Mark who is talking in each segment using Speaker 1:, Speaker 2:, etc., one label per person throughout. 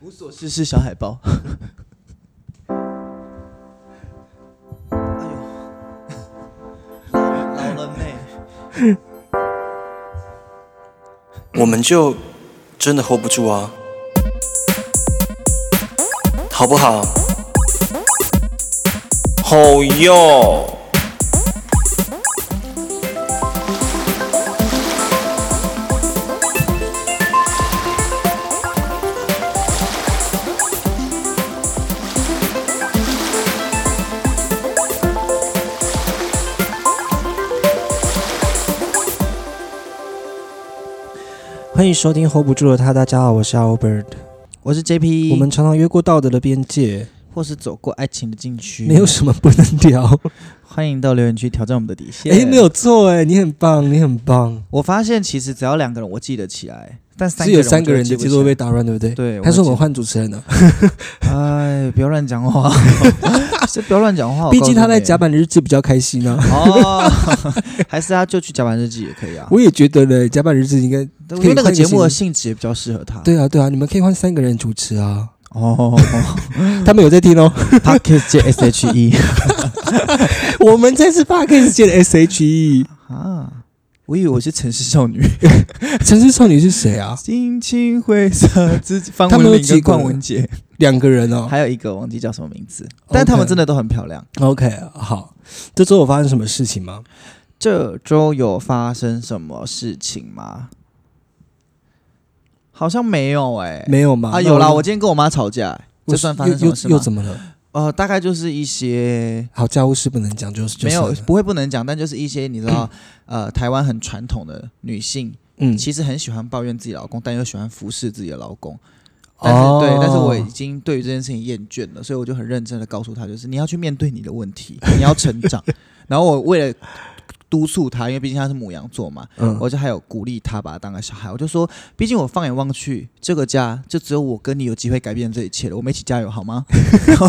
Speaker 1: 无所事事小海 豹。哎呦，哎老了妹，
Speaker 2: 我们就真的 hold 不住啊，好不好？好哟。
Speaker 3: 欢迎收听 hold 不住的他，大家好，我是 Albert。
Speaker 1: 我是 JP，
Speaker 3: 我们常常越过道德的边界，
Speaker 1: 或是走过爱情的禁区，
Speaker 3: 没有什么不能 聊。
Speaker 1: 欢迎到留言区挑战我们的底线。
Speaker 3: 哎，没有错，哎，你很棒，你很棒。
Speaker 1: 我发现其实只要两个人我记得起来，但三
Speaker 3: 是
Speaker 1: 个人
Speaker 3: 有三个人
Speaker 1: 我就记
Speaker 3: 的节
Speaker 1: 不起
Speaker 3: 奏
Speaker 1: 来
Speaker 3: 被打乱，对不对？
Speaker 1: 对，
Speaker 3: 还是
Speaker 1: 就
Speaker 3: 我们
Speaker 1: 记
Speaker 3: 换主持人呢？啊
Speaker 1: 不？哎，不要乱讲话， 这不要乱讲话。
Speaker 3: 毕竟他在
Speaker 1: 甲
Speaker 3: 甲
Speaker 1: 板
Speaker 3: 板日志比较开心啊。
Speaker 1: 哦，还是他就去甲板日记也可以啊。
Speaker 3: 我也觉得嘞，甲板日志应该
Speaker 1: 我觉得那
Speaker 3: 可以换
Speaker 1: 个
Speaker 3: 一个
Speaker 1: 节目的
Speaker 3: 形
Speaker 1: 性质也比较适合他。
Speaker 3: 对啊对啊，你们可以换三个人主持 啊。
Speaker 1: 哦
Speaker 3: 他们有在听哦，
Speaker 1: ，Parkes J S H E
Speaker 3: 我们才是 p a r k 界的 SHE。
Speaker 1: 啊，我以为我是城市少 女，
Speaker 3: 城市少女是谁啊？
Speaker 1: 心情灰色，自己方
Speaker 3: 他们
Speaker 1: 文
Speaker 3: 有
Speaker 1: 琳
Speaker 3: 几
Speaker 1: 跟
Speaker 3: 个
Speaker 1: 邝文杰，
Speaker 3: 两个人哦。
Speaker 1: 还有一个忘记叫什么名字，但他们
Speaker 3: OK
Speaker 1: 真的都很漂亮。
Speaker 3: OK，好，这周有发生什么事情吗？
Speaker 1: 这周有发生什么事情吗？好像没有哎、
Speaker 3: 没有吗？
Speaker 1: 啊，有
Speaker 3: 那
Speaker 1: 啦！
Speaker 3: 们
Speaker 1: 我今天跟我妈吵架、欸，
Speaker 3: 我
Speaker 1: 这算发生什
Speaker 3: 又
Speaker 1: 么事
Speaker 3: 又又
Speaker 1: 吗？
Speaker 3: 怎么了？
Speaker 1: 呃，大概就是一些
Speaker 3: 好，家务事不能讲，就是就
Speaker 1: 没有
Speaker 3: 算了
Speaker 1: 不会不能讲，但就是一些你知 道，呃，台湾很传统的女性
Speaker 3: 嗯
Speaker 1: 其实很喜欢抱怨自己老公，但又喜欢服侍自己的老公。但是、
Speaker 3: 哦
Speaker 1: 对，但是我已经对于这件事情厌倦了，所以我就很认真的告诉他，就是你要去面对你的问题，你要成长。 然后我为了督促他，因为毕竟他是母羊座嘛，
Speaker 3: 嗯
Speaker 1: 我就还有鼓励他把他当个小孩。我就说，毕竟我放眼望去，这个家就只有我跟你有机会改变这一切了，我们一起加油好吗？ 然后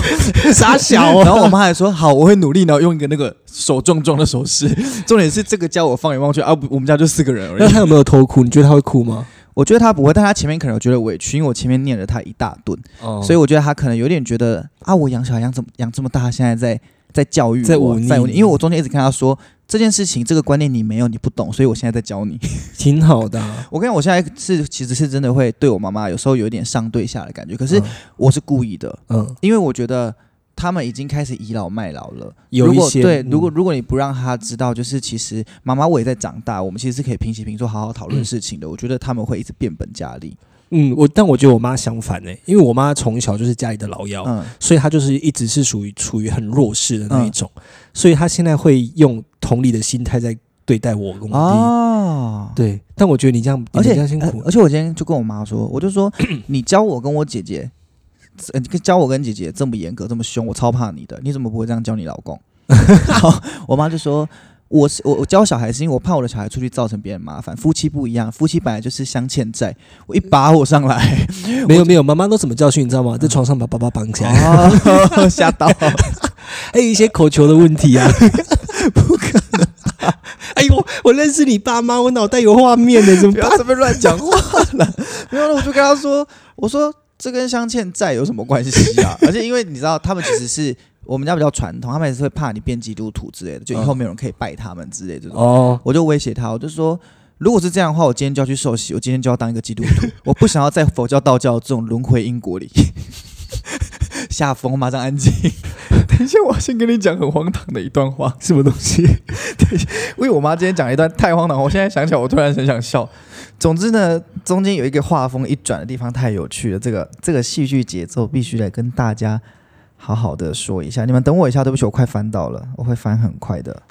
Speaker 1: 傻小、哦然后我妈还说，好，我会努力，然后用一个那个手撞撞的手势。 重点是这个家我放眼望去啊，不我们家就四个人而
Speaker 3: 那
Speaker 1: 已。
Speaker 3: 他有没有偷哭？你觉得他会哭吗？
Speaker 1: 我觉得他不会，但他前面可能有觉得委屈，因为我前面念了他一大顿，
Speaker 3: 哦
Speaker 1: 所以我觉得他可能有点觉得啊，我养小孩养怎么养这么大，现在在在教育我
Speaker 3: 在忤逆
Speaker 1: 在忤逆，
Speaker 3: 你
Speaker 1: 因为我中间一直跟他说这件事情这个观念你没有，你不懂，所以我现在在教你。
Speaker 3: 嗯挺好的啊。
Speaker 1: 我跟你讲，我现在是其实是真的会对我妈妈有时候有一点上对下的感觉，可
Speaker 3: 可
Speaker 1: 是我是故意的，
Speaker 3: 嗯，
Speaker 1: 因为我觉得他们已经开始倚老卖老了。
Speaker 3: 有
Speaker 1: 如
Speaker 3: 一
Speaker 1: 果
Speaker 3: 些
Speaker 1: 对，
Speaker 3: 嗯
Speaker 1: 如果如果你不让他知道，就是其实妈妈我也在长大，我们其实是可以平起平坐，好好讨论事情的。我觉得他们会一直变本加厉。
Speaker 3: 嗯，我但我觉得我妈相反哎、因为我妈从小就是家里的老幺，
Speaker 1: 嗯，
Speaker 3: 所以她就是一直是属于处于很弱势的那一种，所以她现在会用同理的心态在对待我跟我弟。
Speaker 1: 哦，
Speaker 3: 对，但我觉得你这样，
Speaker 1: 而且
Speaker 3: 你这样辛
Speaker 1: 呃
Speaker 3: 苦，
Speaker 1: 而且我今天就跟我妈说，我就 说你教我跟我姐姐，呃，你教我跟姐姐这么严格这么凶，我超怕你的，你怎么不会这样教你老 公？然后我妈就说。我是我我教小孩是因为我怕我的小孩出去造成别人麻烦，夫妻不一样，夫妻本来就是相欠债。我一把火上来，
Speaker 3: 没有没有，妈妈都怎么教训你知道吗？在床上把爸爸绑起来，还有、
Speaker 1: 哦， 吓到！
Speaker 3: 一些口球的问题 啊，不可能、哎呦，我认识你爸妈，我脑袋有画面的，怎么
Speaker 1: 不
Speaker 3: 办
Speaker 1: 要？随便乱讲话了。然后我就跟他说：“我说这跟镶嵌债有什么关系啊？ 而且因为你知道，他们其实是我们家比较传统，他们也是会怕你变基督徒之类的，就以后没有人可以拜他们之类的这种。
Speaker 3: 哦，
Speaker 1: 我就威胁他，我就说。”如果是这样的话，我今天就要去受洗，我今天就要当一个基督 徒，我不想要在佛教、道教这种轮回因果里 下风，马上安静。 等一下，我要先跟你讲很荒唐的一段话。
Speaker 3: 什么东 西？
Speaker 1: 因为我妈今天讲了一段太荒唐，我现在想起来，我突然很想笑。总之呢，中间有一个画风一转的地方太有趣了，这个这个戏剧节奏必须得跟大家好好的说一下。你们等我一下，对不起，我快翻到了，我会翻很快的。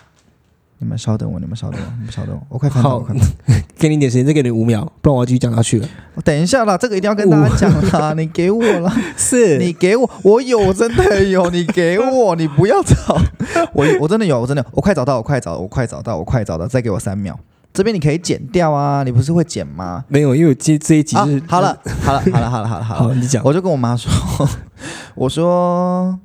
Speaker 1: 你们稍等我，你们稍等我，你们稍等我，我快翻到了，
Speaker 3: 好
Speaker 1: 我快翻到了
Speaker 3: 给你一点时间，再给你五秒，不然我要继续讲下去了。
Speaker 1: 我等一下啦，这个一定要跟大家讲啦，你给我啦。
Speaker 3: 是
Speaker 1: 你给我，我有真的有，你给我，你不要找，我我真的有，我真的有，我快找到，我快找，我快找到，我快找到，再给我三秒，这边你可以剪掉啊，你不是会剪吗？
Speaker 3: 没有，因为我这这一集
Speaker 1: 啊
Speaker 3: 是、，
Speaker 1: 好 了，好了，好了，好了，好了，好
Speaker 3: 好，
Speaker 1: 了，
Speaker 3: 你讲。
Speaker 1: 我就跟我妈说， 我说。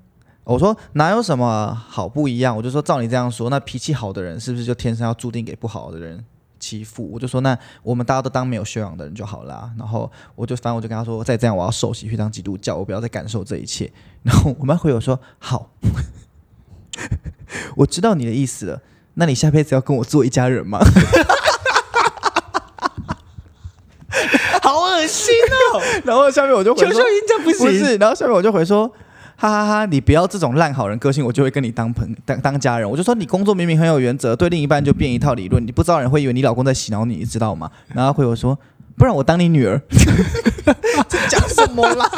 Speaker 1: 我说哪有什么好不一样？我就说照你这样说，那脾气好的人是不是就天生要注定给不好的人欺负，我就说那我们大家都当没有修养的人就好啦。然后我就反正我就跟他说，再这样我要受洗去当基督教，我不要再感受这一切。 然后我妈回我说好， 我知道你的意思了，那你下辈子要跟我做一家人吗？
Speaker 3: 好恶心哦！
Speaker 1: 然后下面我就回
Speaker 3: 求求
Speaker 1: 说
Speaker 3: 人家不
Speaker 1: 不
Speaker 3: 行，
Speaker 1: 是，然后下面我就回说。哈哈哈！你不要这种烂好人个性，我就会跟你当朋当当家人。我就说你工作明明很有原则，对另一半就变一套理论，你不知道人会以为你老公在洗脑你，你知道吗？然后他回我说，不然我当你女儿，这讲什么啦？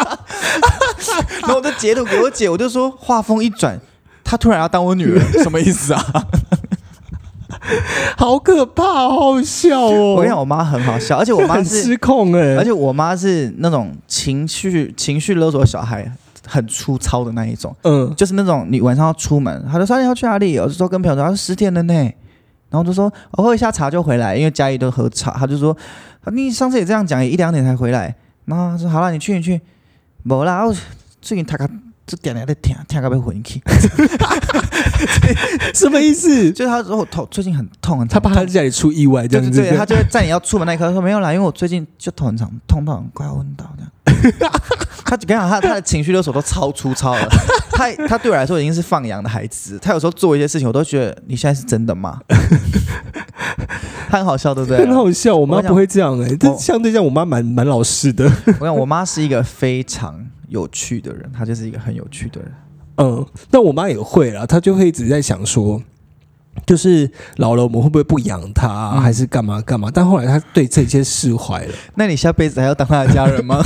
Speaker 1: 然后我就截图给我姐，我就说话锋一转，她突然要当我女儿，什么意思 啊？
Speaker 3: 好可怕，好好笑哦！
Speaker 1: 我跟你讲，我妈 很好笑，而且我妈
Speaker 3: 很
Speaker 1: 是
Speaker 3: 失控哎，
Speaker 1: 而且我妈是那种情绪情绪勒索小孩很粗糙的那一种，
Speaker 3: 嗯，
Speaker 1: 就是那种你晚上要出门，她就说你要去哪里？我就说跟朋友说，她说十点了呢，然后就说我喝一下茶就回来，因为家里都喝茶，她就说啊你上次也这样讲，也一两点才回来，然后她说好了，你去你去，没啦，我最近他个这点点在听，听个被魂去，
Speaker 3: 什么意思？
Speaker 1: 就是她说我头最近很痛，很
Speaker 3: 他
Speaker 1: 痛
Speaker 3: 怕他在家里出意外
Speaker 1: 对
Speaker 3: 这
Speaker 1: 对
Speaker 3: 样子，
Speaker 1: 对，他就会在你要出门那一刻说没有啦，因为我最近就头很长，痛到很快要昏倒这样。他跟你 讲，他他的情绪勒索都超粗糙了。他他对我来说已经是放羊的孩子，他有时候做一些事情，我都觉得你现在是真的 吗？他很好笑，对不对？
Speaker 3: 很好笑。我妈
Speaker 1: 我想
Speaker 3: 不会这样哎，
Speaker 1: 哦
Speaker 3: 这相对这样，我妈蛮蛮老实的。
Speaker 1: 我想我妈是一个非常有趣的人，她就是一个很有趣的人。
Speaker 3: 嗯，但我妈也会啦，她就会一直在想说，就是老了我们会不会不养她啊、
Speaker 1: 嗯
Speaker 3: 还是干嘛干嘛？但后来她对这些释怀了。
Speaker 1: 那你下辈子还要当她的家人 吗？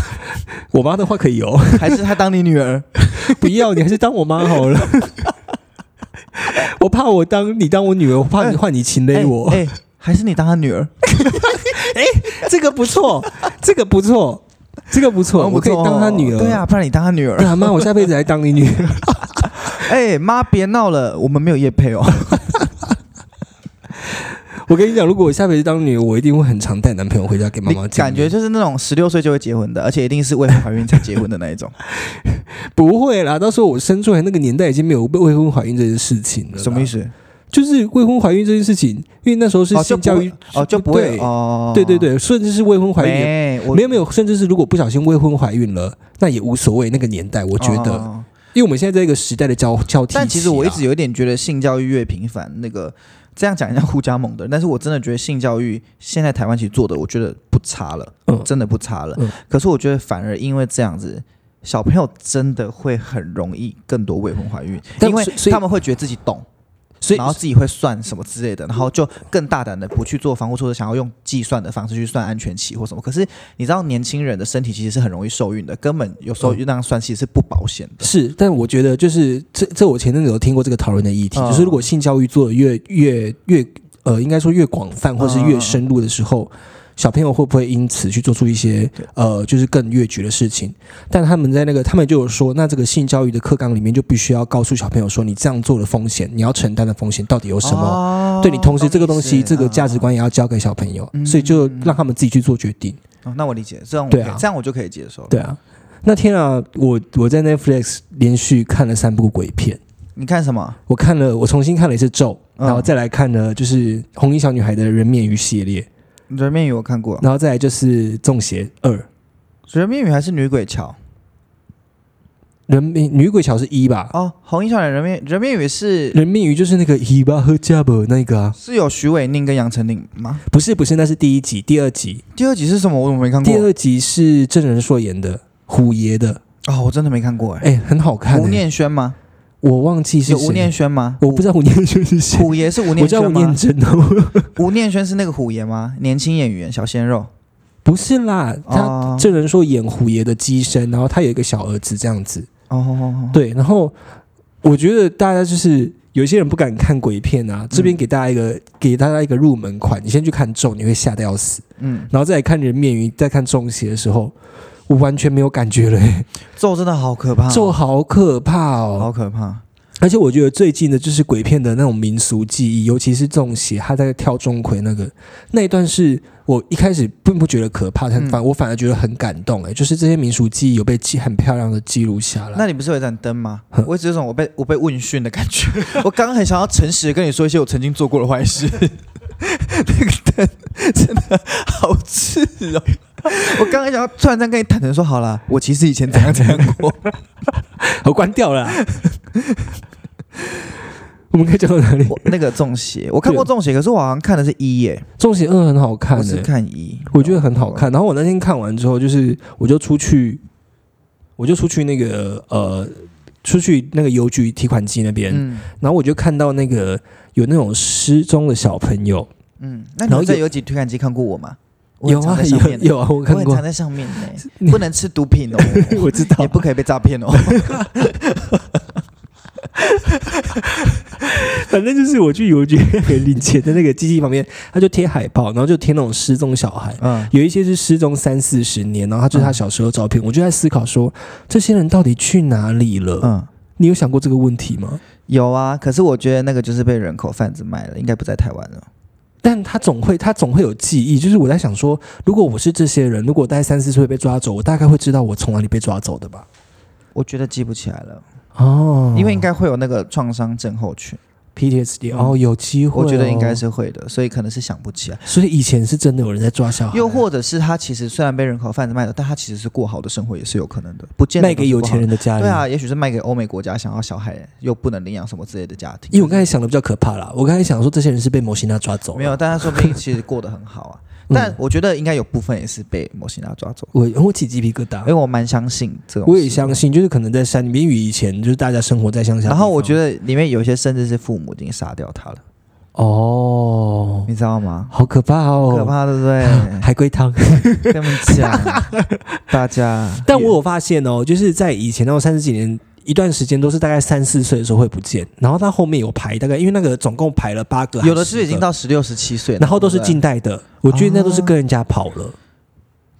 Speaker 3: 我妈的话可以哦，
Speaker 1: 还是她当你女儿？
Speaker 3: 不要你还是当我妈好了。 我怕我当你当我女儿，我怕你换你亲勒我。
Speaker 1: 哎哎、哎哎还是你当她女儿？
Speaker 3: 这个不错，这个不错，这个不错，
Speaker 1: 哦
Speaker 3: 我可以
Speaker 1: 不错
Speaker 3: 当她女儿。
Speaker 1: 对啊，不然你当她女儿
Speaker 3: 对。啊，妈，我下辈子还当你女儿。
Speaker 1: 哎、妈，别闹了，我们没有夜配 哦。
Speaker 3: 我跟你讲，如果我下辈子当女儿，我一定会很常带男朋友回家给妈
Speaker 1: 你
Speaker 3: 妈见面。
Speaker 1: 感觉就是那种十六岁就会结婚的，而且一定是未婚怀孕才结婚的那一 种。
Speaker 3: 不会啦，到时候我生出来那个年代已经没有被未婚怀孕这件事情了。
Speaker 1: 什么意？思？
Speaker 3: 就是未婚怀孕这件事情，因为那时候是
Speaker 1: 哦，就
Speaker 3: 性
Speaker 1: 不
Speaker 3: 教育
Speaker 1: 会，哦，就不会
Speaker 3: 对
Speaker 1: 哦，
Speaker 3: 对对，对，甚至是未婚怀孕也，
Speaker 1: 没，我
Speaker 3: 没有没有，甚至是如果不小心未婚怀孕了，那也无所谓。那个年代，我觉得，
Speaker 1: 哦
Speaker 3: 因为我们现在在一个时代的交交替期啊、
Speaker 1: 但其实我一直有一点觉得性教育越频繁，那个这样讲一下互加盟的，但是我真的觉得性教育现在台湾其实做的，我觉得不差了，
Speaker 3: 嗯
Speaker 1: 真的不差了。
Speaker 3: 嗯
Speaker 1: 可是我觉得反而因为这样子。小朋友真的会很容易更多未婚怀孕，
Speaker 3: 但
Speaker 1: 因为
Speaker 3: 所以所以
Speaker 1: 他们会觉得自己懂，
Speaker 3: 所以
Speaker 1: 然后自己会算什么之类的，然后就更大胆的不去做防护措施，想要用计算的方式去算安全期或什么。可是你知道，年轻人的身体其实是很容易受孕的，根本有时候那样算其实是不保险的。
Speaker 3: 是，但我觉得就是这这我前阵子有听过这个讨论的议题，
Speaker 1: 嗯
Speaker 3: 就是如果性教育做的越越越呃，应该说越广泛或是
Speaker 1: 嗯
Speaker 3: 越深入的时候，小朋友会不会因此去做出一些呃，就是更越矩的事情？但他们在那个他们就有说，那这个性教育的课纲里面就必须要告诉小朋友说，你这样做的风险，你要承担的风险到底有什么？
Speaker 1: 哦
Speaker 3: 对你，同时这个东西，这个价。
Speaker 1: 懂
Speaker 3: 值
Speaker 1: 意思嗯
Speaker 3: 观也要交给小朋友，所以就让他们自己去做决定。
Speaker 1: 嗯哦那我理解，这样我可以
Speaker 3: 对啊
Speaker 1: 这样我就可以接受了。
Speaker 3: 对啊，那天啊，我我在 Netflix 连续看了三部鬼片。
Speaker 1: 你看什么？
Speaker 3: 我看了，我重新看了一次《咒》，
Speaker 1: 嗯
Speaker 3: 然后再来看了就是《红衣小女孩》的《人面鱼》系列，
Speaker 1: 《人面鱼》我看过，《
Speaker 3: 然后再来就是《中邪二》。
Speaker 1: 人面鱼》还是女鬼桥
Speaker 3: 人面女鬼桥是一吧？
Speaker 1: 哦，红衣小人人面人面鱼是
Speaker 3: 人面鱼就是那个伊巴和加伯那个啊，
Speaker 1: 是有徐伟宁跟杨丞琳吗？
Speaker 3: 不是不是，那是第一集，第二集，
Speaker 1: 第二集是什么？我怎么没看过
Speaker 3: 第？二集是郑仁硕演的虎爷的，
Speaker 1: 哦，我真的没看过哎。
Speaker 3: 哎、很好看、
Speaker 1: 吴
Speaker 3: 欸。
Speaker 1: 念轩吗？
Speaker 3: 我忘记是
Speaker 1: 有吴念
Speaker 3: 谁，
Speaker 1: 轩吗？
Speaker 3: 我不知道吴念轩是谁，
Speaker 1: 虎爷是 吴
Speaker 3: 我
Speaker 1: 念
Speaker 3: 知道吴
Speaker 1: 轩
Speaker 3: 念
Speaker 1: 吗？
Speaker 3: 真哦，
Speaker 1: 吴念轩是那个虎爷吗？年轻演员，小鲜肉。
Speaker 3: 不是啦，他
Speaker 1: 哦
Speaker 3: 郑仁硕演虎爷的机身，然后他有一个小儿子这样子。
Speaker 1: 哦哦，
Speaker 3: 对，然后我觉得大家就是有些人不敢看鬼片啊，
Speaker 1: 嗯
Speaker 3: 这边给大家一个、给大家一个入门款，你先去看咒，你会吓得要死，
Speaker 1: 嗯，
Speaker 3: 然后再来看人面鱼，再看中邪的时候，我完全没有感 觉了、欸，
Speaker 1: 咒真的好可怕，哦
Speaker 3: 咒好可怕哦！
Speaker 1: 啊好可怕。
Speaker 3: 而且我觉得最近的就是鬼片的那种民俗记忆，尤其是中邪，他在跳钟馗那个那一段是。我一开始并不觉得可怕，但
Speaker 1: 嗯
Speaker 3: 反我反而觉得很感动哎、欸就是这些民俗记忆有被记很漂亮的记录下来。
Speaker 1: 那你不是有一盏灯吗？我一直有 种我被我被问讯的感觉。我刚刚很想要诚实的跟你说一些我曾经做过的坏事， 好刺哦！ 我刚才想要突然间跟你坦诚说，好啦，我其实以前怎样怎样 过。
Speaker 3: 我关掉了啊。 我们可以讲到哪里？
Speaker 1: 我那个中邪，我看过中邪，可是我好像看的是一耶，
Speaker 3: 《中邪二》很好看、
Speaker 1: 我是
Speaker 3: 欸，
Speaker 1: 看一，
Speaker 3: 我觉得很好看。然后我那天看完之后，就是我就出去，我就出去那个呃，出去那个邮局提款机那边，
Speaker 1: 嗯
Speaker 3: 然后我就看到那个有那种失踪的小朋友，
Speaker 1: 嗯。那
Speaker 3: 然后
Speaker 1: 你在
Speaker 3: 有
Speaker 1: 有几推杆机看过我吗？我
Speaker 3: 有
Speaker 1: 很常
Speaker 3: 啊
Speaker 1: 在上
Speaker 3: 有
Speaker 1: 面的，
Speaker 3: 有啊，我
Speaker 1: 我
Speaker 3: 看
Speaker 1: 很
Speaker 3: 过
Speaker 1: 常，在上面的，不能吃毒品哦，
Speaker 3: 我知道
Speaker 1: 也。不可以被诈骗哦。
Speaker 3: 反正就是我去邮局 那个领钱的那个机器旁边，他就贴海报，然后就贴那种失踪小孩。
Speaker 1: 嗯，
Speaker 3: 有一些是失踪三四十年，然后他就是他小时候的照片，我就在思考说，这些人到底去哪里了？
Speaker 1: 嗯，
Speaker 3: 你有想过这个问题吗？
Speaker 1: 有啊，可是我觉得那个就是被人口贩子卖了，应该不在台湾了。
Speaker 3: 但他总会，他总会有记忆。就是我在想说，如果我是这些人，如果我大概三四岁被抓走，我大概会知道我从哪里被抓走的吧？
Speaker 1: 我觉得记不起来了，
Speaker 3: 哦，
Speaker 1: 因为应该会有那个创伤症候群，
Speaker 3: PTSD，、
Speaker 1: 嗯
Speaker 3: 哦，有机会、
Speaker 1: 我觉得应该。是会的，所以可能是想不起来。
Speaker 3: 所以以前是真的有人在抓小孩，
Speaker 1: 又或者是他其实虽然被人口贩子卖了，但他其实是过好的生活也是有可能的，不见得
Speaker 3: 卖
Speaker 1: 都
Speaker 3: 给
Speaker 1: 是
Speaker 3: 有
Speaker 1: 不好
Speaker 3: 钱
Speaker 1: 的。
Speaker 3: 人的家里。
Speaker 1: 对啊，也许是卖给欧美国家想要小孩又不能领养什么之类的家庭。
Speaker 3: 因为我刚才想的比较可怕啦，我刚才想说这些人是被摩西娜抓走了，
Speaker 1: 没有，但他说不定其实过得很好啊。
Speaker 3: 嗯
Speaker 1: 但我觉得应该有部分也是被摩西娜抓走，
Speaker 3: 我我起鸡皮疙瘩
Speaker 1: 因为。我蛮相信这种。
Speaker 3: 我也。相信，就是可能在山里面，因为以前就是大家生活在乡下。
Speaker 1: 然后我觉
Speaker 3: 得，
Speaker 1: 得里面有些甚至是父母已经杀掉他了，
Speaker 3: 哦，
Speaker 1: 你知道吗？
Speaker 3: 好可怕哦，
Speaker 1: 可怕，对不 对？
Speaker 3: 海 龟汤。
Speaker 1: 跟他们讲，大家。
Speaker 3: 但我有发现哦，就是在以前那种三十几年一段时间，都是大概三四岁的时候会不见，然后他后面有排大概，因为那个总共排了八个，
Speaker 1: 有的是已经，到十六、十七岁了，
Speaker 3: 然后都是
Speaker 1: 对不对哦
Speaker 3: 近代的，我觉得那都是跟人家跑了。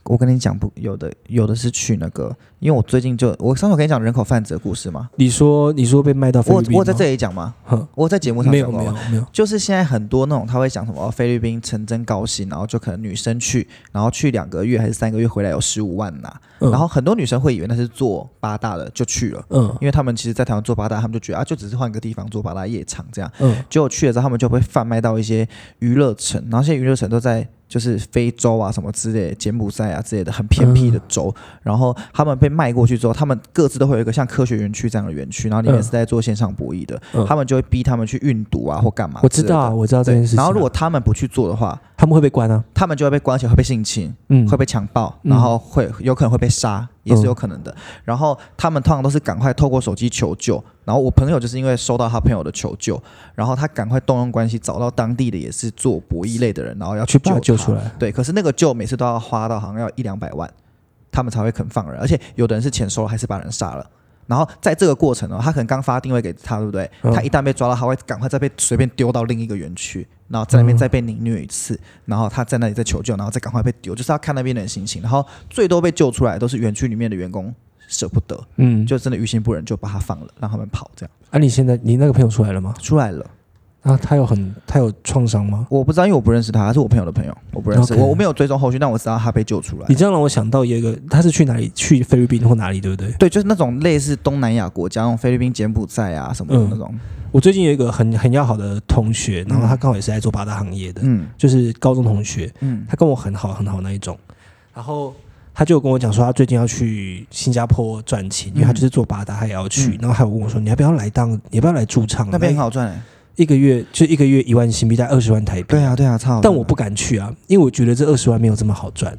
Speaker 1: 我跟你讲，不，有的有的是去那个，因为我最近就我上次我跟你讲人口贩子的故事嘛，
Speaker 3: 你说，你说被卖哦到菲
Speaker 1: 我
Speaker 3: 律宾吗？
Speaker 1: 我在这里讲吗？
Speaker 3: 哼，
Speaker 1: 我在节目上
Speaker 3: 没
Speaker 1: 讲
Speaker 3: 有
Speaker 1: 过吗
Speaker 3: 没有没有，
Speaker 1: 就是现在很多那种他会讲什么、哦、菲律宾成真高薪，然后就可能女生去，然后去两个月还是三个月回来有十五万拿，
Speaker 3: 嗯
Speaker 1: 然后很多女生会以为那是做八大的就去了，
Speaker 3: 嗯
Speaker 1: 因为他们其实在台湾做八大，他们就觉得啊就只是换个地方做八大夜场这样，
Speaker 3: 嗯
Speaker 1: 结果去了之后他们就被贩卖到一些娱乐城，然后现在娱乐城都在就是非洲啊什么之类的，柬埔寨啊之类的很偏僻
Speaker 3: 嗯
Speaker 1: 的州，然后他们被卖过去之后，他们各自都会有一个像科学园区这样的园区，然后里面
Speaker 3: 嗯
Speaker 1: 是在做线上博弈的，
Speaker 3: 嗯
Speaker 1: 他们就会逼他们去运毒啊或干嘛
Speaker 3: 我
Speaker 1: 之
Speaker 3: 知
Speaker 1: 类的，
Speaker 3: 道啊，我知道这
Speaker 1: 对
Speaker 3: 件事情啊。
Speaker 1: 然后如果他们不去做的话，
Speaker 3: 他们会被关啊，
Speaker 1: 他们就会被关，而且会被性侵，
Speaker 3: 嗯，
Speaker 1: 会被强暴，
Speaker 3: 嗯
Speaker 1: 然后会有可能会被杀，也是有可能的。然后他们通常都是赶快透过手机求救。然后我朋友就是因为收到他朋友的求救，然后他赶快动用关系找到当地的也是做博弈类的人，然后要去
Speaker 3: 去把
Speaker 1: 救
Speaker 3: 我救出
Speaker 1: 来。
Speaker 3: 来。
Speaker 1: 对，可是那个救每次都要花到好像要一两百万，他们才会肯放人。而且有的人是钱收了，还是把人杀了。然后在这个过程哦，他可能刚发定位给他，对不对？
Speaker 3: 嗯
Speaker 1: 他一旦被抓到，他会赶快再被随便丢到另一个园区，然后在那边
Speaker 3: 嗯
Speaker 1: 再被凌虐一次，然后他在那里再求救，然后再赶快被丢，就是要看那边的人心情。然后最多被救出来的都是园区里面的员工舍不得，
Speaker 3: 嗯，就
Speaker 1: 就真的于心不忍，就把他放了，让他们跑这样
Speaker 3: 啊，你现在你那个朋友出来了吗？
Speaker 1: 出来了。
Speaker 3: 啊，他有很他有创伤吗？
Speaker 1: 我不知道，因为我不认识他，他是我朋友的朋友，我不认识
Speaker 3: OK
Speaker 1: 我我没有追踪后续，但我知道他被救出来
Speaker 3: 你。这样让我想到一个，他是去哪里？去菲律宾或哪里，对不对？
Speaker 1: 对，就是那种类似东南亚国家，那种菲律宾、柬埔寨啊什么的
Speaker 3: 嗯
Speaker 1: 那种。
Speaker 3: 我最近有一个很很要好的同学，然后他刚好也是在做八大行业的，
Speaker 1: 嗯
Speaker 3: 就是高中同学，
Speaker 1: 嗯
Speaker 3: 他跟我很好很好那一种，然后。他就有跟我讲说，他最近要去新加坡赚钱，因为他就是做八大，他也要去。
Speaker 1: 嗯
Speaker 3: 然后还有问我说，你要不要来当，你要不要来驻唱啊？
Speaker 1: 那边很好赚、欸。
Speaker 3: 一个月就一个月一万新币，大概二十万台币。
Speaker 1: 对啊，对啊，超好赚的。
Speaker 3: 但我不敢去啊，因为我觉得这二十万没有这么好赚。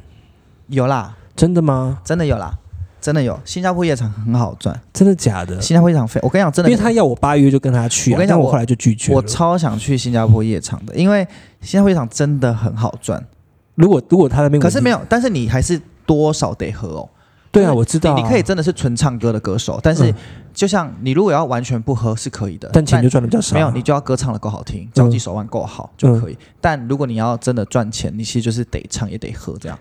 Speaker 1: 有啦，
Speaker 3: 真的吗？
Speaker 1: 真的有啦，真的有。新加坡夜场很好赚，
Speaker 3: 真的假的？
Speaker 1: 新加坡夜场非我跟你讲，真
Speaker 3: 呃因
Speaker 1: 的
Speaker 3: 为他要我八月就跟他去、啊，
Speaker 1: 我跟你讲
Speaker 3: 但
Speaker 1: 我
Speaker 3: 我后来就拒绝
Speaker 1: 我
Speaker 3: 了。
Speaker 1: 超想去新加坡夜场的，因为新加坡夜场真的很好赚。
Speaker 3: 如果如果他那边
Speaker 1: 可是没
Speaker 3: 有，
Speaker 1: 有，但是你还是多少得喝哦。
Speaker 3: 对啊，
Speaker 1: 就是
Speaker 3: 我知道啊、
Speaker 1: 你你可以真的是纯唱歌的歌手，但是
Speaker 3: 嗯
Speaker 1: 就像你如果要完全不喝是可以的，
Speaker 3: 但钱就赚的比较少啊。嗯
Speaker 1: 没有，你就要歌唱的够好听，交际手腕够好就可以。但如果你要真的赚钱，你其实就是得唱也得喝这样。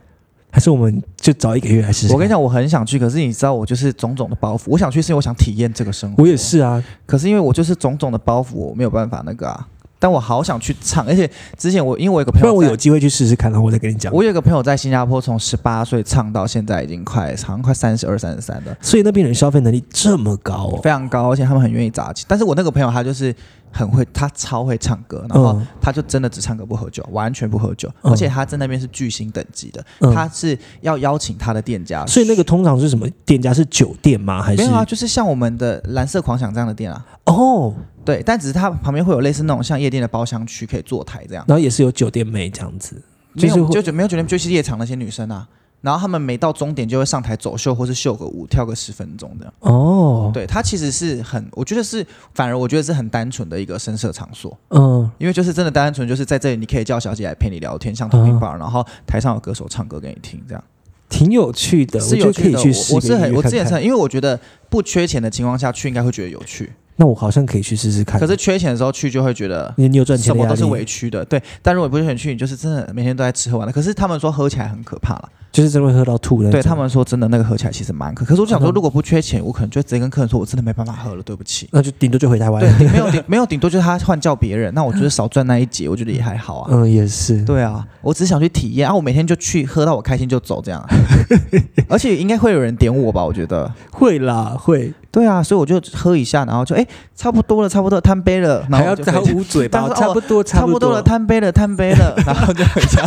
Speaker 3: 还是我们就早一个月来试试。
Speaker 1: 我跟你
Speaker 3: 讲，
Speaker 1: 讲，我很想去，可是你知道，我就是种种的包袱。我想去是因为我想体验这个生活。
Speaker 3: 我也。是啊，
Speaker 1: 可是因为我就是种种的包袱，我没有办法那个啊。但我好想去唱，而且之前我因为我有个朋
Speaker 3: 不
Speaker 1: 友在，
Speaker 3: 然我有机会去试试看，然后我再跟你讲。
Speaker 1: 我有个朋友在新加坡，从十八岁唱到现在已经快好像快三十二、三十三了，
Speaker 3: 所以那边人消费能力这么高哦。
Speaker 1: 非常高，而且他们很愿意砸钱。但是我那个朋友他就是很会，他超会唱歌，然后
Speaker 3: 嗯
Speaker 1: 他就真的只唱歌不喝酒，完全不喝酒，
Speaker 3: 嗯
Speaker 1: 而且他在那边是巨星等级的，
Speaker 3: 嗯
Speaker 1: 他是要邀请他的店家，
Speaker 3: 所以那个通常是什么店家？是酒店吗？还
Speaker 1: 啊没
Speaker 3: 是
Speaker 1: 有啊，就是像我们的蓝色狂想这样的店啊，
Speaker 3: 哦？
Speaker 1: 对，但只是它旁边会有类似那种像夜店的包厢区可以坐台这样，
Speaker 3: 然后也是有酒店妹这样子，就
Speaker 1: 没
Speaker 3: 是
Speaker 1: 有
Speaker 3: 会
Speaker 1: 就就没有酒店就是夜场那些女生啊。然后她们每到终点就会上台走秀，或是秀个舞，跳个十分钟这样。
Speaker 3: 哦，
Speaker 1: 对，它其实是很，我觉得是，反而我觉得是很单纯的一个声色场所，
Speaker 3: 嗯，
Speaker 1: 因为就是真的单纯，就是在这里你可以叫小姐来陪你聊天，像 talking
Speaker 3: 嗯
Speaker 1: bar，、然后台上有歌手唱歌给你听，这样
Speaker 3: 挺有趣的，
Speaker 1: 是
Speaker 3: 我觉
Speaker 1: 有
Speaker 3: 得可
Speaker 1: 趣
Speaker 3: 以
Speaker 1: 的。
Speaker 3: 去试
Speaker 1: 我我是很，
Speaker 3: 给你
Speaker 1: 我之
Speaker 3: 看
Speaker 1: 前是
Speaker 3: 看
Speaker 1: 很，因为我觉得不缺钱的情况下去，应该会觉得有趣，
Speaker 3: 那我好像可以去试试看。
Speaker 1: 可是缺钱的时候去就会觉得。
Speaker 3: 你你有赚钱
Speaker 1: 什
Speaker 3: 的
Speaker 1: 么
Speaker 3: 压
Speaker 1: 都是委
Speaker 3: 力，
Speaker 1: 屈的，对。但如果你不是很去，你就是真的每天都在吃喝玩乐。可是他们说喝起来很可怕了，
Speaker 3: 就是真的会喝到吐的那
Speaker 1: 对
Speaker 3: 种。
Speaker 1: 他们说真的那个喝起来其实蛮可。可是我想说，
Speaker 3: 嗯
Speaker 1: 如果不缺钱，我可能就直接跟客人说，我真的没办法喝了，对不起。
Speaker 3: 那就顶多就回台湾。
Speaker 1: 对，顶没有顶没有顶多就是他换叫别人，那我觉得少赚那一节，我觉得也还好啊。
Speaker 3: 嗯，也是。
Speaker 1: 对啊，我只是想去体验啊，我每天就去喝到我开心就走这样，啊 而且应该会有人点我吧？我觉得，
Speaker 3: 会啦，会，
Speaker 1: 对啊，所以我就喝一下，然后就哎、差不多了，差不多了贪杯了，然
Speaker 3: 还
Speaker 1: 后
Speaker 3: 要
Speaker 1: 我就
Speaker 3: 还要
Speaker 1: 回家
Speaker 3: 捂嘴巴
Speaker 1: 但，是哦
Speaker 3: 差不多，
Speaker 1: 差
Speaker 3: 不
Speaker 1: 不多了，贪杯了，贪杯了， 然后就回家。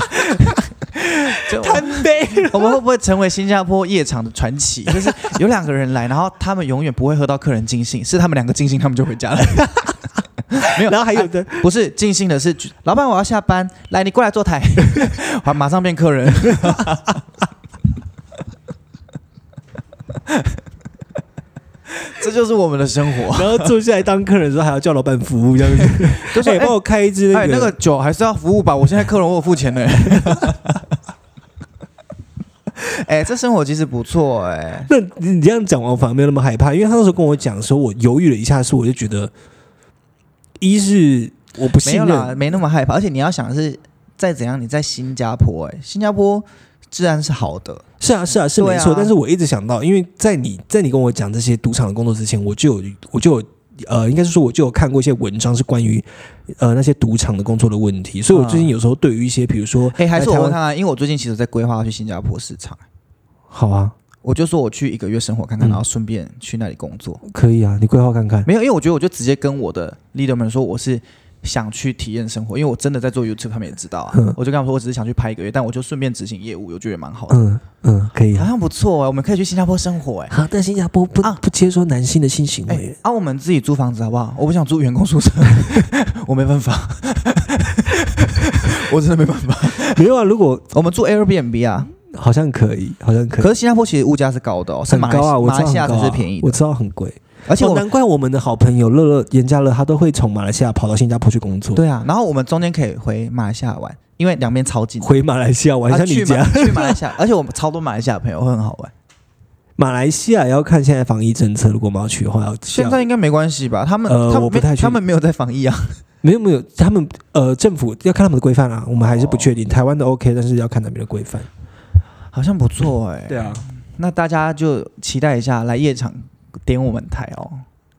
Speaker 1: 就
Speaker 3: 贪杯。
Speaker 1: 我们会不会成为新加坡夜场的传 奇？就是有两个人来，然后他们永远不会喝到客人尽兴，是他们两个尽兴，他们就回家了。没有，哎
Speaker 3: 然后还有的，
Speaker 1: 不是尽兴的是，老板我要下班，来你过来坐台，好 马上变客 人。这就是我们的生活，
Speaker 3: 然后坐下来当客人的时候还要叫老板服务这样子，
Speaker 1: 就是
Speaker 3: 哎，帮我开一支
Speaker 1: 哎
Speaker 3: 那
Speaker 1: 那个
Speaker 3: 个，
Speaker 1: 酒还是要服务吧，我现在客人我有付钱呢。 哎，这生活其实不错哎，
Speaker 3: 那你这样讲完，我反而没有那么害怕，因为他那时候跟我讲的时候，我犹豫了一下，是我就觉得，一是我不
Speaker 1: 没
Speaker 3: 信
Speaker 1: 有啦，
Speaker 3: 任，
Speaker 1: 没那么害怕，而且你要想的是再怎样你在新加坡哎，新加坡治安是好的，
Speaker 3: 是啊是啊是没
Speaker 1: 对
Speaker 3: 错，
Speaker 1: 啊
Speaker 3: 但是我一直想到，因为在你在你跟我讲这些赌场的工作之前，我就有我就有。呃，应该是说我就有看过一些文章，是关于呃那些赌场的工作的问题，所以我最近有时候对于一些，比如说，
Speaker 1: 嗯哎，还是
Speaker 3: 来台
Speaker 1: 我
Speaker 3: 湾
Speaker 1: 看看，因为我最近其实在规划要去新加坡市场。欸
Speaker 3: 好啊，
Speaker 1: 我就说我去一个月生活看看，
Speaker 3: 嗯
Speaker 1: 然后顺便去那里工作。
Speaker 3: 可以啊，你规划看看。
Speaker 1: 没有，因为我觉得我就直接跟我的 leader 们说我是想去体验生活，因为我真的在做 YouTube，他们也知道啊。
Speaker 3: 嗯
Speaker 1: 我就跟他们说我只是想去拍一个月，但我就顺便执行业务，我觉得也蛮好的，
Speaker 3: 嗯嗯，可以
Speaker 1: 好
Speaker 3: 啊。
Speaker 1: 像不错哎、我们可以去新加坡生活哎、
Speaker 3: 好，但新加坡不
Speaker 1: 啊
Speaker 3: 不接受男性的性行
Speaker 1: 哎、
Speaker 3: 为。
Speaker 1: 啊，我们自己租房子好不好？我不想住员工宿舍， 我没办法， 我真的没办法。
Speaker 3: 没有啊，如果
Speaker 1: 我们住 Airbnb 啊，
Speaker 3: 好像可以，好像可以。
Speaker 1: 可是新加坡其实物价是高的哦，是
Speaker 3: 很
Speaker 1: 马来
Speaker 3: 高啊，我
Speaker 1: 马
Speaker 3: 知
Speaker 1: 来
Speaker 3: 道
Speaker 1: 西亚
Speaker 3: 很
Speaker 1: 才
Speaker 3: 高啊
Speaker 1: 是便宜
Speaker 3: 我
Speaker 1: 的，
Speaker 3: 知道很贵。
Speaker 1: 而且
Speaker 3: 哦
Speaker 1: 我们
Speaker 3: 难怪我们的好朋友乐乐严家乐，他都会从马来西亚跑到新加坡去工作，
Speaker 1: 对啊，然后我们中间可以回马来西亚玩，因为两边超近。
Speaker 3: 回马来西亚玩一
Speaker 1: 啊
Speaker 3: 下你
Speaker 1: 去
Speaker 3: 家。
Speaker 1: 马去马来西 亚，而且我们超多马来西亚朋友会很好玩。
Speaker 3: 马来西亚要看现在防疫政策，如果我们要去的话，要
Speaker 1: 现在应该没关系吧？他们、
Speaker 3: 啊呃
Speaker 1: 他们
Speaker 3: 我不太
Speaker 1: 没
Speaker 3: 确定
Speaker 1: 他们没有在防疫啊。
Speaker 3: 没有没有，他们呃政府要看他们的规范啊，我们还是不确
Speaker 1: 哦
Speaker 3: 定。台湾的 OK，但是要看那边的规范。
Speaker 1: 好像不错哎、
Speaker 3: 对啊，
Speaker 1: 那大家就期待一下来夜场点我们台哦，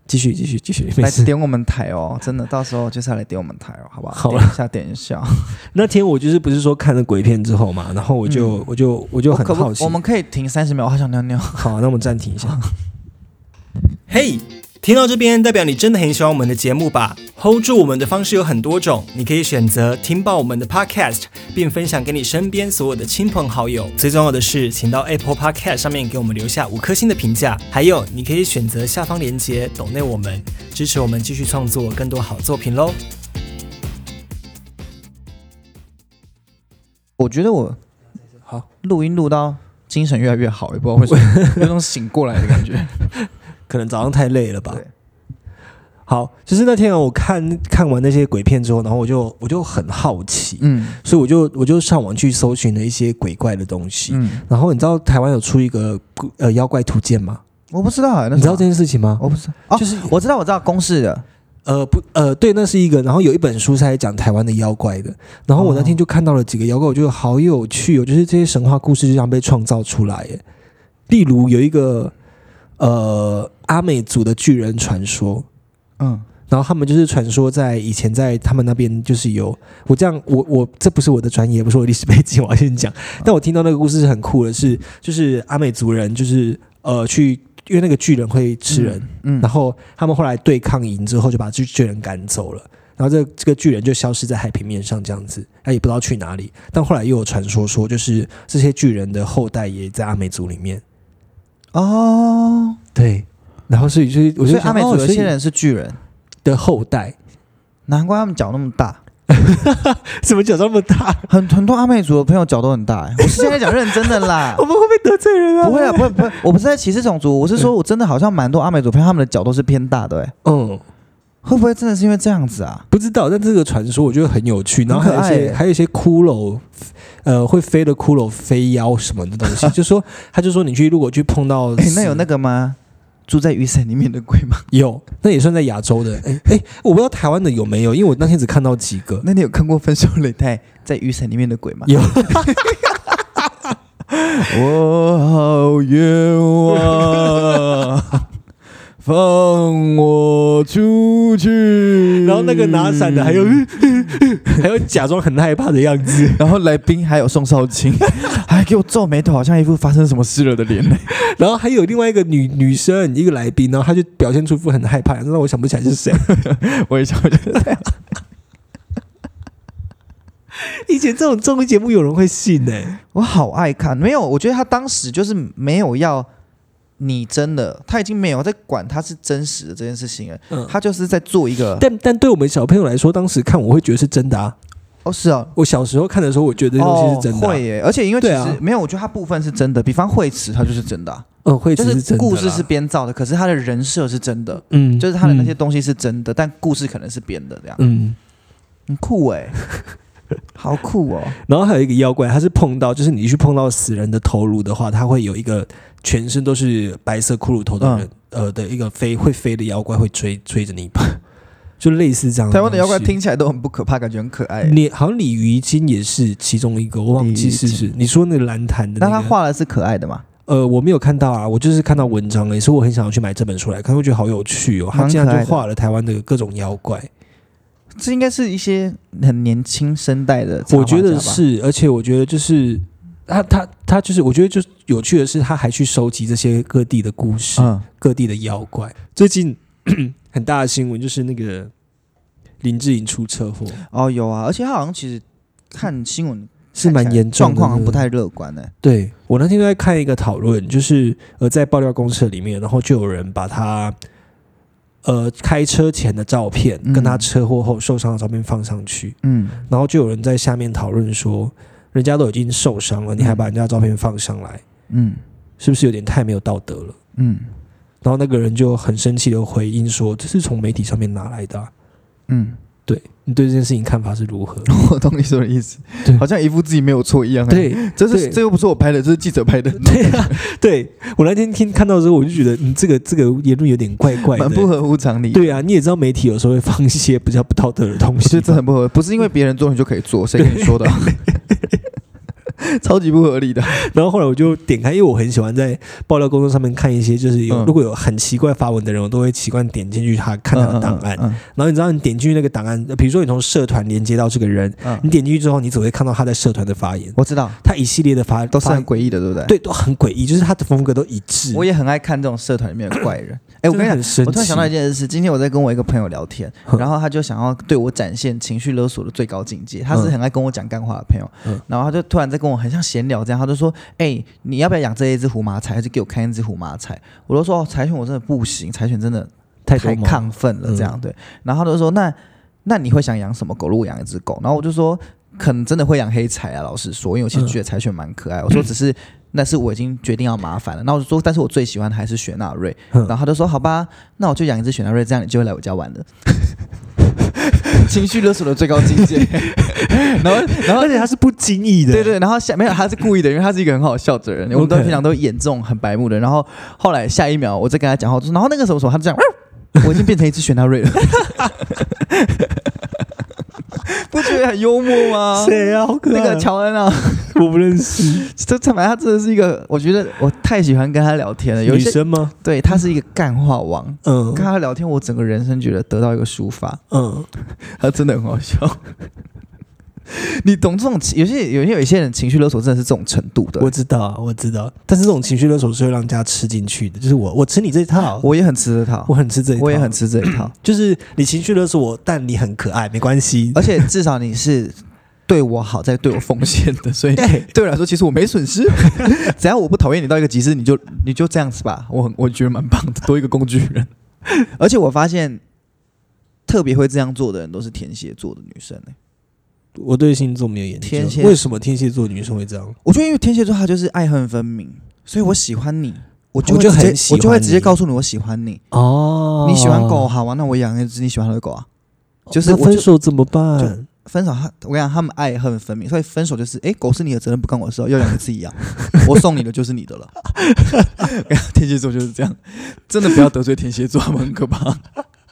Speaker 3: 继续继续继续，没
Speaker 1: 来
Speaker 3: 事。
Speaker 1: 点我们台哦，真的到时候就是要来点我们台哦，好不好？
Speaker 3: 好啊
Speaker 1: 点一下点一下。
Speaker 3: 那天我就是不是说看了鬼片之后嘛，然后我就、我就我
Speaker 1: 嗯
Speaker 3: 就
Speaker 1: 我
Speaker 3: 很
Speaker 1: 可不
Speaker 3: 好奇，
Speaker 1: 我们可以停三十秒，我好想尿尿。
Speaker 3: 好，那我们暂停一 下。嘿、听到这边，代表你真的很喜欢我们的节目吧？Hold 住我们的方式有很多种，你可以选择听爆我们的 Podcast，并分享给你身边所有的亲朋好友。最重要的是，请到 Apple Podcast 上面给我们留下五颗星的评价。还有，你可以选择下方链接抖内我们，支持我们继续创作更多好作品喽。
Speaker 1: 我觉得我
Speaker 3: 好，
Speaker 1: 录音录到精神越来越好，也不知道为什么， 有种醒过来的感觉。
Speaker 3: 可能早上太累了吧
Speaker 1: 对。
Speaker 3: 好，就是那天啊我看看完那些鬼片之后，然后我就我就很好奇，
Speaker 1: 嗯
Speaker 3: 所以我就我就上网去搜寻了一些鬼怪的东西。
Speaker 1: 嗯，
Speaker 3: 然后你知道台湾有出一个呃妖怪图鉴吗？
Speaker 1: 我不知道啊，那
Speaker 3: 你知道
Speaker 1: 什
Speaker 3: 这
Speaker 1: 么
Speaker 3: 件事情吗？
Speaker 1: 我不知道哦，
Speaker 3: 就是
Speaker 1: 我知道我知道公式的，
Speaker 3: 呃不呃对，那是一个。然后有一本书是在讲台湾的妖怪的。然后我那
Speaker 1: 哦
Speaker 3: 天就看到了几个妖怪，我觉得好有趣哦，就是这些神话故事就这样被创造出来耶。例如有一个呃阿美族的巨人传说，
Speaker 1: 嗯，
Speaker 3: 然后他们就是传说在以前在他们那边就是有我这样我我这不是我的专业，不是我的历史背景，我要先讲。
Speaker 1: 嗯
Speaker 3: 但我听到那个故事是很酷的是，就是阿美族人就是呃去因为那个巨人会吃人，
Speaker 1: 嗯
Speaker 3: 然后他们后来对抗赢之后，就把巨巨人赶走了。然后这这个巨人就消失在海平面上，这样子，他也不知道去哪里。但后来又有传说说，就是这些巨人的后代也在阿美族里面。
Speaker 1: 哦，
Speaker 3: 对，然后所以就是我
Speaker 1: 所
Speaker 3: 就
Speaker 1: 以阿美族有
Speaker 3: 这
Speaker 1: 些人是巨人，
Speaker 3: 的后代
Speaker 1: 难怪他们脚那么大。
Speaker 3: 怎么讲这么大？
Speaker 1: 很很多阿美族的朋友脚都很大、欸，我是现在讲认真的啦
Speaker 3: 我。们会不会得罪人 啊？
Speaker 1: 不会啊，不会不会，我不是在歧视种族，我是说我真的好像蛮多阿美族朋友他们的脚都是偏大的、欸，
Speaker 3: 嗯，
Speaker 1: 会不会真的是因为这样子啊？
Speaker 3: 不知道，但这个传说我觉得很有趣，然后还有一
Speaker 1: 很可爱
Speaker 3: 些、
Speaker 1: 欸
Speaker 3: 还有一些骷髅，呃，会飞的骷髅、飞妖什么的东 西，就说他就说你去如果去碰到
Speaker 1: 哎、
Speaker 3: 死，
Speaker 1: 那有那个吗？住在雨伞里面的鬼吗？
Speaker 3: 有，那也算在亚洲的。哎哎，我不知道台湾的有没有，因为我那天只看到几个。
Speaker 1: 那你有看过《分手擂台》在雨伞里面的鬼吗？
Speaker 3: 有，
Speaker 1: 我好冤枉，啊放我出 去
Speaker 3: 然后那个拿伞的还 有还有假装很害怕的样子，
Speaker 1: 然后来宾还有宋少 卿，还哎给我皱眉头，好像一副发生什么事了的 脸呢。
Speaker 3: 然后还有另外一个女女生，一个来宾，然后她就表现出一副很害怕，但是我想不起来是谁。
Speaker 1: 我也想，我就
Speaker 3: 以前这种综艺节目有人会信呢、
Speaker 1: 我好爱看。没有，我觉得他当时就是没有要你真的，他已经没有在管他是真实的这件事情了，
Speaker 3: 嗯
Speaker 1: 他就是在做一个。
Speaker 3: 但但对我们小朋友来说，当时看我会觉得是真的啊。
Speaker 1: 哦，是哦。
Speaker 3: 我小时候看的时候，我觉得这东西是真的、
Speaker 1: 哦、
Speaker 3: 啊。
Speaker 1: 会耶，而且因为其
Speaker 3: 对
Speaker 1: 实、
Speaker 3: 啊
Speaker 1: 没有，我觉得他部分是真的，比方惠慈他就是真的啊、
Speaker 3: 嗯，会
Speaker 1: 就
Speaker 3: 只真的啦。
Speaker 1: 故事是编造的，可是他的人设是真的，
Speaker 3: 嗯，
Speaker 1: 就是他的那些东西是真的，但故事可能是编的，这样
Speaker 3: 嗯。
Speaker 1: 很酷哎、好 酷哦！
Speaker 3: 嗯，然后还有一个妖怪，它是碰到，就是你去碰到死人的头颅的话，它会有一个全身都是白色骷髅头的人，
Speaker 1: 嗯
Speaker 3: 呃的一个飞会飞的妖怪会追追着你跑， 就类似这样
Speaker 1: 台湾的妖怪
Speaker 3: 东西嗯
Speaker 1: 听起来都很不可怕，感觉很可爱、
Speaker 3: 你好像鲤鱼精也是其中一个，我忘记是不
Speaker 1: 鲤
Speaker 3: 是？你说那个蓝潭的、那
Speaker 1: 那
Speaker 3: 个，
Speaker 1: 他画的是可爱的嘛？
Speaker 3: 呃，我没有看到啊，我就是看到文章而已，所以我很想要去买这本书来看，我觉得好有趣哦。他
Speaker 1: 蛮
Speaker 3: 竟然
Speaker 1: 可爱的
Speaker 3: 就画了台湾的各种妖怪，
Speaker 1: 这应该是一些很年轻生代的，
Speaker 3: 我觉得。是，而且我觉得就是他他他就是，我觉得就是有趣的是，他还去收集这些各地的故事、
Speaker 1: 嗯，
Speaker 3: 各地的妖怪。最近 很大的新闻就是那个林志颖出车祸，
Speaker 1: 哦，有啊，而且他好像其实看新闻
Speaker 3: 是蛮
Speaker 1: 看起来
Speaker 3: 严
Speaker 1: 状
Speaker 3: 重的，
Speaker 1: 况好
Speaker 3: 对
Speaker 1: 像
Speaker 3: 对
Speaker 1: 不太乐观呢、欸
Speaker 3: 对我那天就在看一个讨论，就是呃，在爆料公社里面，然后就有人把他呃开车前的照片
Speaker 1: 嗯
Speaker 3: 跟他车祸后受伤的照片放上去，
Speaker 1: 嗯，
Speaker 3: 然后就有人在下面讨论说，人家都已经受伤了，你还把人家的照片放上来，
Speaker 1: 嗯
Speaker 3: 是不是有点太没有道德了？
Speaker 1: 嗯
Speaker 3: 然后那个人就很生气的回应说，这是从媒体上面拿来的啊、
Speaker 1: 嗯，
Speaker 3: 对你对这件事情看法是如何？
Speaker 1: 我懂你说的意思
Speaker 3: 对，
Speaker 1: 好像一副自己没有错一样、欸。，
Speaker 3: 对，
Speaker 1: 这
Speaker 3: 对
Speaker 1: 是这又不是我拍的，这是记者拍的，
Speaker 3: 对啊， 对我那天听看到之后，我就觉得，嗯，这个这个言论有点怪怪 的，
Speaker 1: 蛮不合乎常理。，
Speaker 3: 对啊，你也知道媒体有时候会放一些比较不道德的东
Speaker 1: 我觉
Speaker 3: 西
Speaker 1: 得这
Speaker 3: 嘛，
Speaker 1: 很不合，不是因为别人做你就可以做，谁跟你说的啊？ 超级不合理的。
Speaker 3: 然后后来我就点开，因为我很喜欢在爆料工作上面看一些，就是有、
Speaker 1: 嗯
Speaker 3: 如果有很奇怪发文的人，我都会习惯点进去他 看他的档案。
Speaker 1: 嗯，嗯
Speaker 3: 然后你知道你点进去那个档案，呃比如说你从社团连接到这个人，
Speaker 1: 嗯嗯
Speaker 3: 你点进去之后，你只会看到他在社团的发言，
Speaker 1: 我知道，
Speaker 3: 他一系列的发
Speaker 1: 都是
Speaker 3: 发
Speaker 1: 很诡异的，对不对？
Speaker 3: 对都很诡异，就是他的风格都一致。
Speaker 1: 我也很爱看这种社团里面的怪 人。哎，我跟
Speaker 3: 真的
Speaker 1: 你讲
Speaker 3: 很。神
Speaker 1: 我突然想
Speaker 3: 奇
Speaker 1: 到一件事，今天我在跟我一个朋友聊天，
Speaker 3: 哼
Speaker 1: 然后他就想要对我展现情绪勒索的最高境界。他是
Speaker 3: 嗯
Speaker 1: 很爱跟我讲干话的朋友，
Speaker 3: 嗯
Speaker 1: 然后他就突然在跟我很像闲聊这样，他就说：“哎、你要不要养这一只胡麻菜？还是给我看一只胡麻菜？”我就说：“哦，柴犬我真的不行，柴犬真的
Speaker 3: 太多
Speaker 1: 太
Speaker 3: 毛了嗯
Speaker 1: 亢奋了，这样、对。然后他就说：“那那你会想养什么狗？如果养一只狗？”然后我就说：“可能真的会养黑柴啊，老实说，因为我其实
Speaker 3: 嗯
Speaker 1: 觉得柴犬蛮可爱。我说只是那是我已经决定要麻烦了。那我就说，但是我最喜欢的还是雪纳瑞。
Speaker 3: 嗯
Speaker 1: 然后他就说：“好吧，那我就养一只雪纳瑞，这样你就会来我家玩了。” 情绪勒索的最高境界。 然后，然后
Speaker 3: 而且他是不经意的，
Speaker 1: 对对，然后下没有他是故意的，因为他是一个很好笑的人，我们都
Speaker 3: OK
Speaker 1: 平常都演这种很白目的。然后后来下一秒我在跟他讲话，我就说然后 那个什么什么，他就这样，我已经变成一只雪纳瑞了。不觉得很幽默吗？
Speaker 3: 谁啊？好可爱
Speaker 1: 那
Speaker 3: 啊！
Speaker 1: 个乔恩啊，
Speaker 3: 我不认识
Speaker 1: 这他反正他真的是一个，我觉得我太喜欢跟他聊天了。有
Speaker 3: 女
Speaker 1: 一些
Speaker 3: 生吗？
Speaker 1: 对他是一个干话王，
Speaker 3: 嗯
Speaker 1: 跟他聊天，我整个人生觉得得到一个抒发。
Speaker 3: 嗯，
Speaker 1: 他真的很好笑。 你懂这种情有些有些有一些人情绪勒索真的是这种程度的。
Speaker 3: 我知道啊，我知道。但是这种情绪勒索是会让人家吃进去的，就是我我吃你这一套，我
Speaker 1: 我也很吃这套，嗯
Speaker 3: 我很吃这一套，
Speaker 1: 我也很，吃这一套，
Speaker 3: 就是你情绪勒索我，但你很可爱，没关系。
Speaker 1: 而且至少你是对我好，在对我奉献 的，所以
Speaker 3: 对，
Speaker 1: 对我来说其实我没损 失。只要我不讨厌你到一个极致，你就你就这样子吧，我很我觉得蛮棒的，多一个工具人。而且我发现，特别会这样做的人都是天蝎座的女生、欸、
Speaker 3: 我对星座没有研究
Speaker 1: 天，蝎
Speaker 3: 为什么天蝎啊座女生会这样？
Speaker 1: 我觉得因为天蝎座她就是爱恨分明，所以我喜欢你，我就
Speaker 3: 我就
Speaker 1: 会直接
Speaker 3: 很喜欢
Speaker 1: 我就会直接
Speaker 3: 你
Speaker 1: 告诉你我喜欢你。
Speaker 3: 哦
Speaker 1: 你喜欢狗，好啊，那我养一只你喜欢的狗啊。就是
Speaker 3: 那
Speaker 1: 我
Speaker 3: 分
Speaker 1: 就
Speaker 3: 手怎么办？
Speaker 1: 分手，他我跟你讲，他们爱恨分明，所以分手就是，哎、狗是你的责任，不干我的事哦，要养你自己养， 我送你的就是你的了。天蝎座就是这样，真的不要得罪天蝎座，他们很可怕。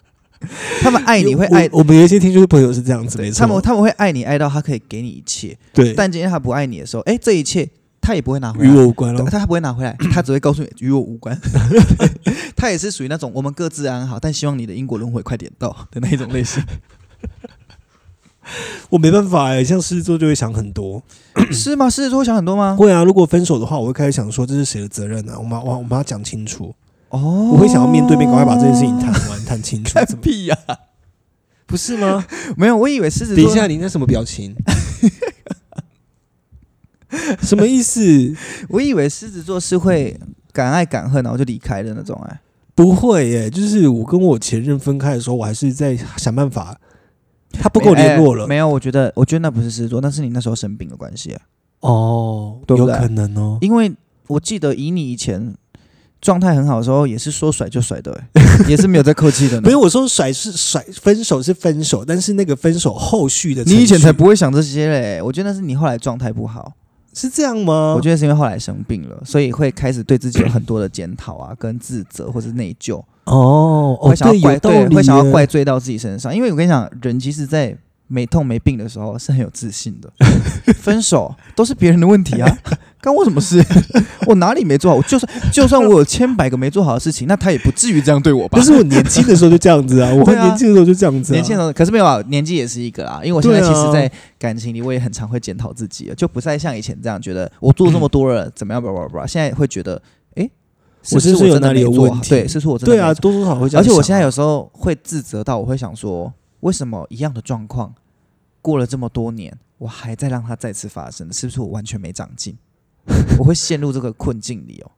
Speaker 1: 他们爱哎你会爱，
Speaker 3: 我我们有一些听众朋友是这样子，没错。
Speaker 1: 他们他们会爱你爱到他可以给你一切，
Speaker 3: 对，
Speaker 1: 但今天他不爱你的时候，哎、这一切他也不会拿回
Speaker 3: 与
Speaker 1: 来。
Speaker 3: 我无关喽
Speaker 1: 他。他不会拿 回来，他只会告诉你与我无关。 他也是属于那种我们各自安好，但希望你的因果轮回快点到的那一种类型。
Speaker 3: 我没办法哎，像狮子座就会想很多。
Speaker 1: 是吗？狮子座会想很多吗？
Speaker 3: 会啊，如果分手的话，我会开始想说这是谁的责任呢、啊？我们要我我们要讲清楚，
Speaker 1: 哦，
Speaker 3: 我会想要面对面，赶快把这件事情谈完、谈清 楚，怎么
Speaker 1: 屁呀、
Speaker 3: 不是吗？
Speaker 1: 没有，我以为狮子
Speaker 3: 等一
Speaker 1: 座
Speaker 3: 下，，你那什么表情？ 什么意思？
Speaker 1: 我以为狮子座是会敢爱敢恨，然后就离开的那种、哎，
Speaker 3: 不会耶，就是我跟我前任分开的时候，我还是在想办法，他不跟我联络了
Speaker 1: 哎。没有，我觉得，我觉得那不是狮子座，那是你那时候生病的关系、啊。
Speaker 3: 哦，
Speaker 1: 对不
Speaker 3: 有
Speaker 1: 对
Speaker 3: 可能哦。
Speaker 1: 因为我记得以你以前状态很好的时候，也是说甩就甩的、哎 也是没有在客气的呢
Speaker 3: 没。有，我说甩是甩，分手是分手，但是那个分手后续的程 序，
Speaker 1: 你以前才不会想这些嘞、我觉得那是你后来状态不好，
Speaker 3: 是这样吗？
Speaker 1: 我觉得是因为后来生病了，所以会开始对自己有很多的检讨啊，跟自责或是内疚。
Speaker 3: 哦，哦
Speaker 1: 会想要
Speaker 3: 对
Speaker 1: 怪
Speaker 3: 有道理耶，
Speaker 1: 会想要怪罪到自己身上。因为我跟你讲，人其实，在没痛没病的时候是很有自信的。 分手都是别人的问题啊，干我什么事？ 我哪里没做好？我就算就算我有千百个没做好的事情，那他也不至于这样对我吧
Speaker 3: 但？是我年轻的时候就这样 子啊，我
Speaker 1: 对啊
Speaker 3: 年轻的时候就这样子、啊，
Speaker 1: 年轻的时候，可是没有啊，年纪也是一个啦。因为我现在
Speaker 3: 对
Speaker 1: 其
Speaker 3: 啊
Speaker 1: 实，在感情里，我也很常会检讨自己了，就不再像以前这样觉得我做这么多了，怎么样，吧吧吧。现在会觉得，诶，
Speaker 3: 我是不是有
Speaker 1: 我真的
Speaker 3: 哪里
Speaker 1: 没
Speaker 3: 有
Speaker 1: 做
Speaker 3: 问
Speaker 1: 好
Speaker 3: 题
Speaker 1: 对，是不是我真的
Speaker 3: 对
Speaker 1: 没
Speaker 3: 啊，多多少少会这
Speaker 1: 而
Speaker 3: 样想啊。
Speaker 1: 且我现在有时候会自责到，我会想说，为什么一样的状况过了这么多年，我还在让它再次发生？是不是我完全没长进？ 我会陷入这个困境里 哦。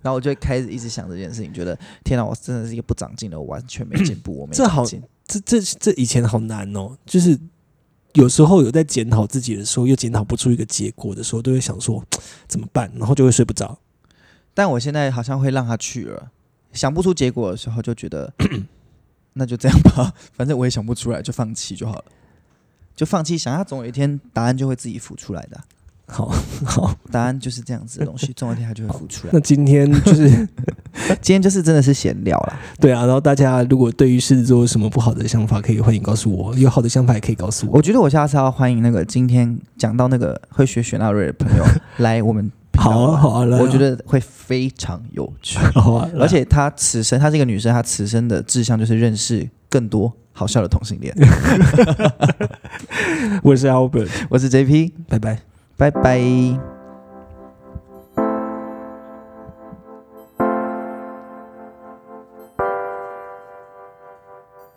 Speaker 1: 然后我就会开始一直想这件事情，觉得天哪，我真的是一个不长进的，我完全没进步，我没
Speaker 3: 这好
Speaker 1: 长进。
Speaker 3: 这这这以前好难哦，就是
Speaker 1: 嗯
Speaker 3: 有时候有在检讨自己的时候，又检讨不出一个结果的时候，都会想说怎么办，然后就会睡不着。
Speaker 1: 但我现在好像会让它去了，想不出结果的时候就觉得， 那就这样吧，反正我也想不出来，就放弃就好了，就放弃想，它总有一天答案就会自己浮出来的啊。
Speaker 3: 好好，
Speaker 1: 答案就是这样子的东 西，总有一天它就会浮出来
Speaker 3: 那。今天就是
Speaker 1: 今天就是真的是闲聊啦，
Speaker 3: 对啊，然后大家如果对于狮子座有什么不好的想法，可以欢迎告诉我；有好的想法也可以告诉我
Speaker 1: 我。觉得我下次要欢迎那个今天讲到那个会学雪纳瑞的 朋友来我们频道
Speaker 3: 好啊，
Speaker 1: 玩，
Speaker 3: 好啊，来啊
Speaker 1: 我觉得会非常有趣。
Speaker 3: 好啊，来
Speaker 1: 而且她此生，她是一个女生，她此生的志向就是认识更多好笑的同性恋。
Speaker 3: 啊我是 Albert，
Speaker 1: 我是 JP，
Speaker 3: 拜拜。
Speaker 1: 拜拜。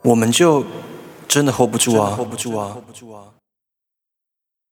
Speaker 2: 我们就真的 hold 不住啊，hold 不住啊。